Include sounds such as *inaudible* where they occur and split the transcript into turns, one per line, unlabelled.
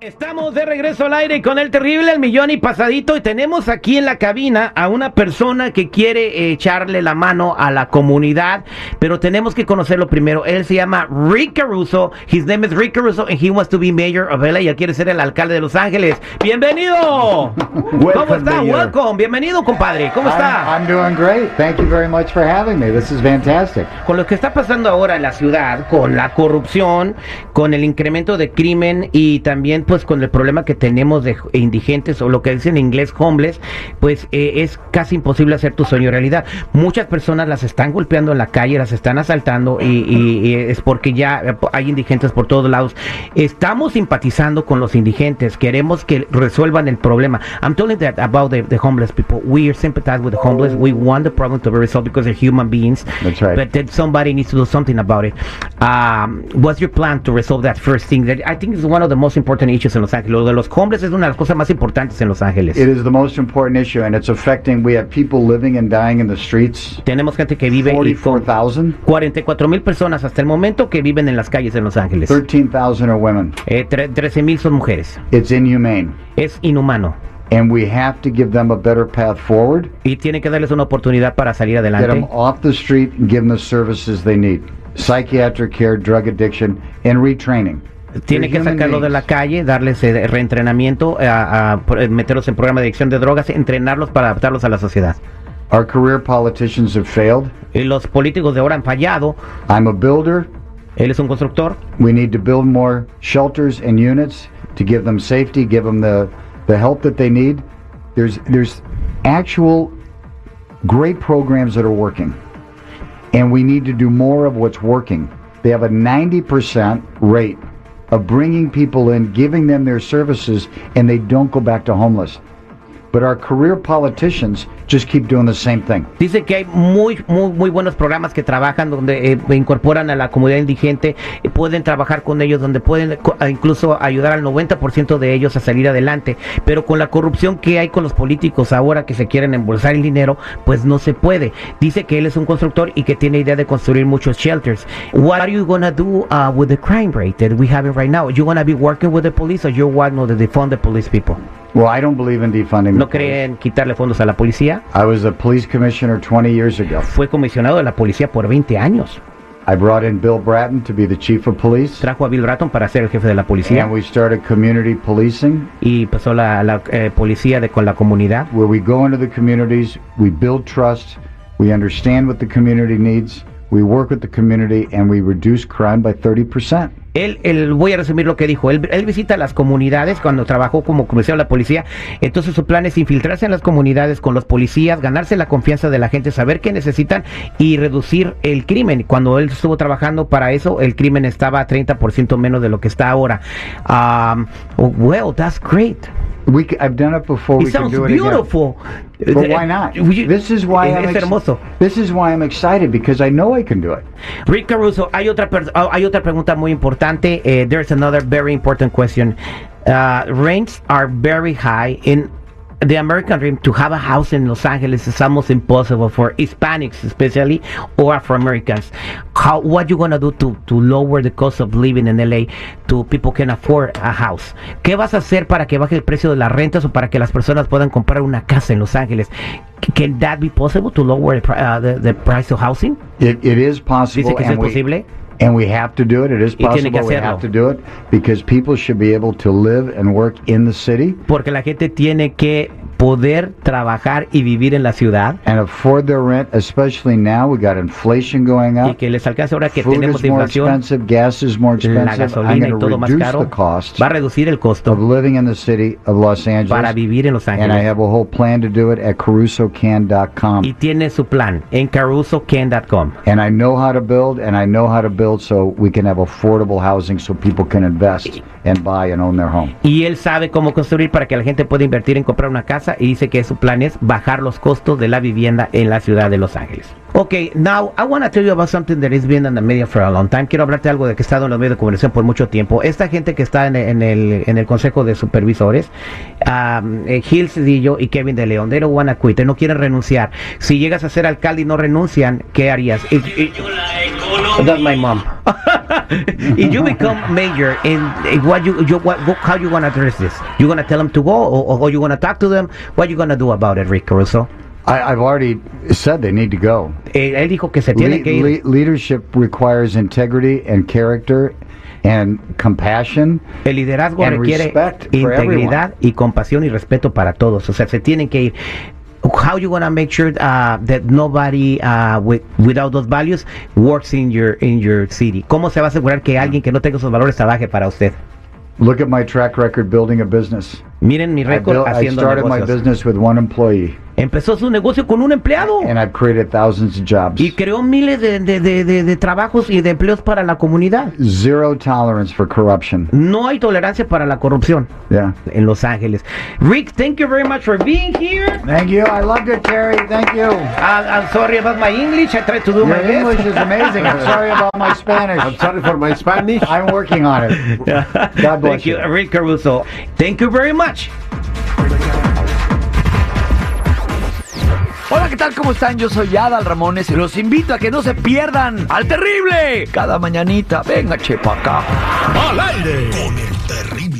Estamos de regreso al aire con el terrible al millón y pasadito y tenemos aquí en la cabina a una persona que quiere eh, echarle la mano a la comunidad, pero tenemos que conocerlo primero. Él se llama Rick Caruso. His name is Rick Caruso and he wants to be mayor of LA. Ya quiere ser el alcalde de Los Ángeles. Bienvenido. ¿Cómo
*laughs* Welcome,
está?
Mayor.
Welcome. Bienvenido, compadre. ¿Cómo está?
I'm, I'm doing great. Thank you very much for having me. This is fantastic.
con lo que está pasando ahora en la ciudad, con la corrupción, con el incremento de crimen y también pues con el problema que tenemos de indigentes o lo que dicen en inglés homeless, pues eh, es casi imposible hacer tu sueño realidad. Muchas personas las están golpeando en la calle, las están asaltando y, y- y es porque ya eh, po- hay indigentes por todos lados. Estamos simpatizando con los indigentes, queremos que resuelvan el problema. I'm telling that about the, the homeless people. We are sympathized with the homeless. We want the problem to be resolved because they're human beings.
That's right.
But that somebody needs to do something about it. Um, what's your plan to resolve that first thing? That I think is one of the most important issues in Los Ángeles. Lo de los hombres es una de las cosas más importantes en Los Ángeles.
It is the most important issue, and it's affecting. We have people living and dying in the streets.
Tenemos gente que vive y con
44,000,
44 mil personas hasta el momento que viven en las calles en Los Ángeles.
13,000 are women.
Eh, tre- 13 mil son mujeres.
It's inhumane,
Es inhumano.
and we have to give them a better path forward.
Y tiene que darles una oportunidad para salir
Get them
adelante.
off the street and give them the services they need: psychiatric care, drug addiction, and retraining.
Tiene
They're
que
human
sacarlos de
beings.
la calle, darles eh, reentrenamiento, eh, a- a pro- eh, meterlos en programa de adicción de drogas, entrenarlos para adaptarlos a la sociedad.
Our career politicians have failed.
Y los políticos de ahora han fallado.
I'm a builder.
Él es un constructor.
We need to build more shelters and units to give them safety, give them the, the help that they need. There's there's actual great programs that are working. And we need to do more of what's working. They have a 90% rate of bringing people in, giving them their services, and they don't go back to homeless. But our career politicians just keep doing the same thing.
Dice que hay muy, muy, muy buenos programas que trabajan donde eh, incorporan a la comunidad indigente, eh, pueden trabajar con ellos, donde pueden co- a incluso ayudar al 90% de ellos a salir adelante. Pero con la corrupción que hay con los políticos ahora que se quieren embolsar el dinero, pues no se puede. Dice que él es un constructor y que tiene idea de construir muchos shelters. What are you gonna do uh, with the crime rate that we have right now? You gonna be working with the police or you want to defund the police people?
Well, I don't believe in defunding.
¿No
the police.
creen quitarle fondos a la policía?
I was a police commissioner 20 years ago.
Fue comisionado de la policía por 20 años.
I brought in Bill Bratton to be the chief of police,
trajo a Bill Ratton para ser el jefe de la policía
and we started community policing,
y empezó la, la, eh, policía de, con la comunidad.
where we go into the communities, we build trust, we understand what the community needs, we work with the community, and we reduce crime by 30%.
Él, él- voy a resumir lo que dijo. Él, él visita las comunidades cuando trabajó como comisario de la policía. Entonces su plan es infiltrarse en las comunidades con los policías, ganarse la confianza de la gente, saber qué necesitan y reducir el crimen. Cuando él estuvo trabajando para eso, el crimen estaba a 30% menos de lo que está ahora. Um, well, that's great.
We c- I've done it before.
It
we can
sounds
do it again.
beautiful.
But why not?
You-
This is why
es
I'm ex-
hermoso.
This is why I'm excited because I know I can do it.
Rick Caruso, hay otra, per- ah, hay otra pregunta muy importante. Eh, there's another very important question. Uh, rents are very high in the American dream. To have a house in Los Angeles is almost impossible for Hispanics, especially, or for Americans. How, what you gonna do to, to lower the cost of living in LA to people can afford a house? ¿Qué vas a hacer para que baje el precio de las rentas o para que las personas puedan comprar una casa en Los Ángeles? Can that be possible to lower the, pri- uh, the, the price of housing?
It, it is possible.
Dice que sí es
and we-
posible.
And we have to do it. It is
Y tiene que
possible. We
hacerlo.
have to do it because people should be able to live and work in the city
Porque la gente tiene que poder trabajar y vivir en la ciudad
and afford their rent, especially now. We got inflation going
y
up.
que les alcance ahora que
Ah. Food
tenemos
is more
inflación,
expensive. Gas is more
la
expensive. I'm
gasolina y
going to
todo más
reduce the
caro.
cost
Va a reducir el
of
costo
living in the city of Los
para
Angeles.
vivir en Los
And I
Ángeles.
have a whole plan to do it at
Y
CarusoCan.com.
tiene su plan en carusoken.com.
And I know how to build, and I know how to build so we can have affordable housing so people can invest and buy and own their home.
Y él sabe cómo construir para que la gente pueda invertir en comprar una casa y dice que su plan es bajar los costos de la vivienda en la ciudad de Los Ángeles. Ok, now I want to tell you about something that has been in the media for a long time. Quiero hablarte algo de que ha estado en los medios de comunicación por mucho tiempo. Esta gente que está en, en el, en el Consejo de Supervisores, um, eh, Gil Cedillo y Kevin de León, they don't wanna quit, they no quieren renunciar. Si llegas a ser alcalde y no renuncian, ¿qué harías? If- if-
la economía.
That's my mom. *laughs* if you become major in in what you, you what, what- how you gonna address this? You gonna tell them to go, or, or you gonna talk to them? What you gonna do about it, Rick Caruso?
I, I've already said they need to go.
Eh, él dijo que se tiene
Le-
que ir.
le- leadership requires integrity and character and compassion.
El liderazgo
And
requiere
respect for
integridad y compasión y respeto para todos. O sea, se tienen que ir. How you gonna make sure uh, that nobody uh, with, without those values works in your in your city? ¿Cómo se va a asegurar que alguien que no tenga esos valores trabaje para usted?
Look at my track record building a business.
Miren mi
I,
récord
built- I
haciendo
started my
negocios.
business with one employee
Empezó su negocio con un empleado
and I've created thousands of jobs.
y creó miles de, de- de- de- de trabajos y de empleos para la comunidad.
Zero tolerance for corruption.
No hay tolerancia para la corrupción
Yeah.
en Los Ángeles. Rick, thank you very much for being here.
Thank you. I loved it, Terry. Thank you.
I'm, I'm sorry about my English. I tried to do Oh my
Your
best.
English is amazing. I'm sorry about my Spanish.
Sorry for my Spanish.
I'm working
*laughs*
on it. God bless
Thank you,
you.
Rick Caruso. Thank you very much.
Hola, ¿qué tal? ¿Cómo están? Yo soy Adal Ramones y los invito a que no se pierdan al terrible. Cada mañanita, venga, chepa acá.
Al aire con el terrible.